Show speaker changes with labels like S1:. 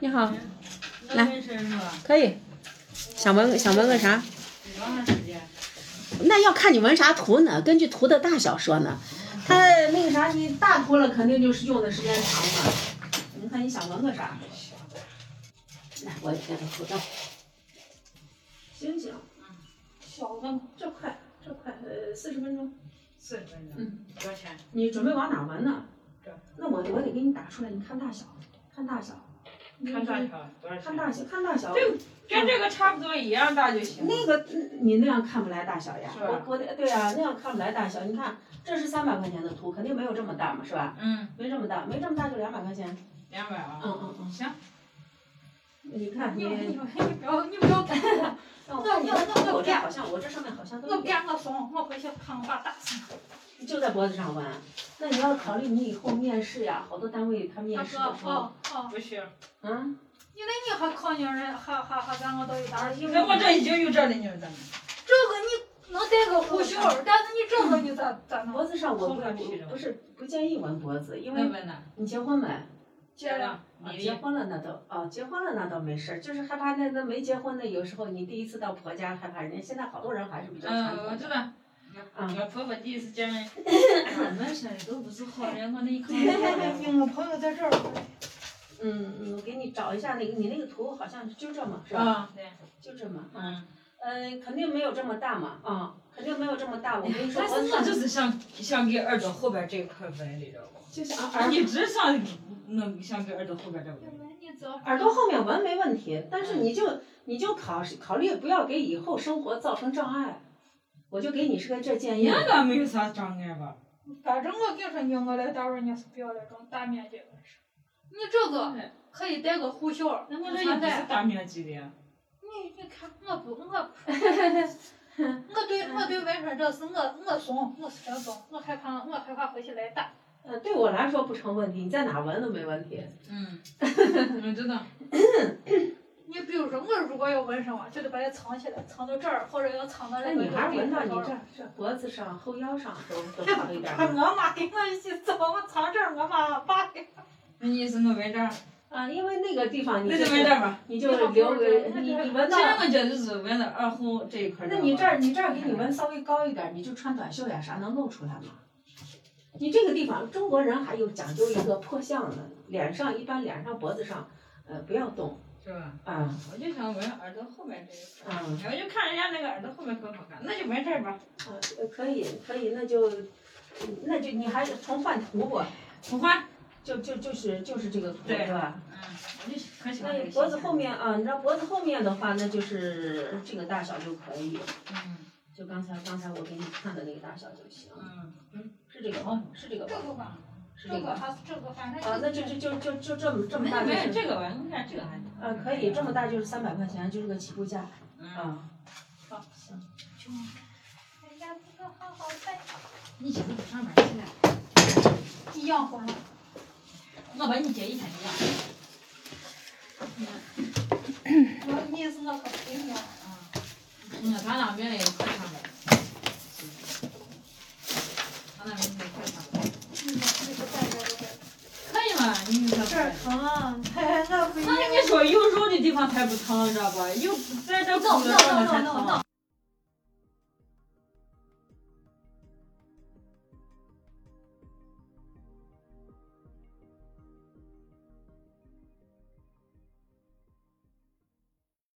S1: 你好，
S2: 你都纹身是吧？
S1: 可以。想纹想纹个啥？
S2: 多长时间？
S1: 那要看你纹啥图呢，根据图的大小说呢。它那个啥，你大图了，肯定就是用的时间长嘛。你看你想纹个啥？来，我给它口罩。醒醒，小的这快这快，呃，四十分钟。
S2: 四十分钟。嗯。多少钱？
S1: 你准备往哪纹呢
S2: 这儿？
S1: 那我得我得给你打出来，你看大小，看大小，
S2: 看大小，多少
S1: 看
S2: 钱？
S1: 大小，看大小。
S2: 这跟这个差不多一样大就行。
S1: 那个你那样看不来大小呀，
S2: 是吧
S1: 我我得对呀、那样看不来大小。你看这是三百块钱的图，肯定没有这么大嘛，是吧？
S2: 嗯，
S1: 没这么大，没这么大就两百块钱。
S2: 两百
S1: 嗯
S2: 啊。
S1: 嗯嗯，
S2: 行，
S1: 你看
S3: 你
S1: 你，
S3: 你你不要你不要看我，
S1: 让我
S3: 那那那
S1: 我这
S3: 那
S1: 好像我这上面好像
S3: 我
S1: 都
S3: 变我怂，我回去看我大嫂。
S1: 就在脖子上纹。那你要考虑你以后面试呀，好多单位他
S3: 他
S1: 面试
S3: 说
S1: 的时候，
S3: 哦哦，
S2: 不需要。
S1: 嗯，
S3: 你那你还靠女人，还还还咱我都有点儿硬。
S2: 那我这已经有这儿的女儿了。
S3: 这个你能戴个护袖，但是你这个你咋咋弄？
S1: 脖子上我不
S2: 后面去了
S1: 不是不建议纹脖子，因
S2: 问
S1: 为
S2: 问呢？
S1: 你结婚没？
S3: 接着，
S1: 啊，结婚了那倒啊，结婚了那倒没事儿，就是害怕那那没结婚的，有时候你第一次到婆家害怕人家，现在好多人还是比较传
S2: 嗯，
S1: 统
S2: 我
S1: 的。
S2: 知道。
S1: 嗯
S2: 我婆婆第一次见面，俺们身都不是好人，我那一看，我朋友在这儿。
S1: 嗯嗯，我给你找一下那个，你那个图好像就这么是吧？
S2: 啊，对，
S1: 就这么，
S2: 嗯，
S1: 嗯，肯定没有这么大嘛，啊，肯定没有这么大。我跟你说，
S2: 哎但
S1: 我
S2: 是我
S1: 上
S2: 就是想想给耳朵后边这一块纹里头，
S1: 就像
S2: 我
S1: 耳
S2: 一直想弄想给耳朵后边这纹。
S3: 你走。
S1: 耳朵后面纹没问题，但
S2: 嗯
S1: 是你就你就考考虑不要给以后生活造成障碍。我就给你是个这建议，
S2: 应该没有啥障碍吧？
S3: 反正我跟你说，你我来单位，你是不要那种大面积的事。你这个可以戴个护袖，
S2: 那我
S3: 不
S2: 这也
S3: 穿
S2: 不
S3: 戴
S2: 是大面积的呀。
S3: 你你看，我不，我不我对我对纹身这事，我我怂，我是真怂，我害怕，我害怕回去来打。
S1: 呃，对我来说不成问题，你在哪纹都没问题。
S2: 嗯，我知道。
S3: 你比如说，我如果要纹身啊，就得把它藏起来，藏到这儿，或者要藏到
S1: 那
S3: 那个
S1: 女孩
S3: 有
S1: 闻
S3: 钉
S1: 到
S3: 子
S1: 你
S3: 这儿。
S1: 这这脖子上、后腰上都都好一点
S3: 啊 我妈跟我一起走，我藏这儿，我妈爸给。
S2: 那意思我纹这儿，
S1: 啊，因为那个地方你
S2: 那
S1: 就
S2: 就纹这
S1: 是
S2: 儿吧。
S1: 你就留给你你闻
S2: 其
S1: 到，
S2: 实我觉得就是纹了耳后这一块儿吧。
S1: 那你这儿你这儿给你纹稍微高一点，你就穿短袖呀啥能露出来吗？你这个地方中国人还有讲究一个破相呢，脸上一般脸上脖子上，呃不要动
S2: 是吧？
S1: 啊
S2: 我就想纹耳朵后面这一块
S1: 啊
S2: 儿，我就看人家那个耳朵后面可好看，那就纹这儿吧。
S1: 啊可以可以，那就嗯那就你还是重换图不？
S2: 不换。
S1: 就就就是就是这个图
S2: 对
S1: 是吧？
S2: 嗯，我就可喜欢这
S1: 那
S2: 个
S1: 脖子
S2: 形象
S1: 后。面啊，你知道脖子后面的话，那就是这个大小就可以，
S2: 嗯
S1: 就刚才刚才我给你看的那个大小就行。
S2: 嗯，
S1: 是这个吗？是这个
S3: 这
S1: 吧？
S3: 个吧，
S1: 是
S3: 这
S1: 这个
S3: 个
S1: 吧。
S3: 还是这个，反正
S1: 啊，那就就就就就这么这么大就
S2: 没有
S1: 是，
S2: 这个吧？你看这个还。
S1: 啊，可以这么。大就是三百块钱，就是个起步价
S2: 嗯。
S1: 啊。
S2: 好，
S1: 行。
S3: 人家这个好好戴，
S2: 你媳妇不上班去了？
S3: 一样红了。
S2: 我把你姐一天就忘了。
S3: 我意思我可不一样。
S2: 嗯，咱俩别也快上班。咱俩明天快上班。
S3: 嗯，就是戴着这个。
S2: 可以嘛？你这
S3: 这儿疼，啊 哎，那不一样。
S2: 那你说有肉的地方才不疼，知道吧？有在这骨头上才疼。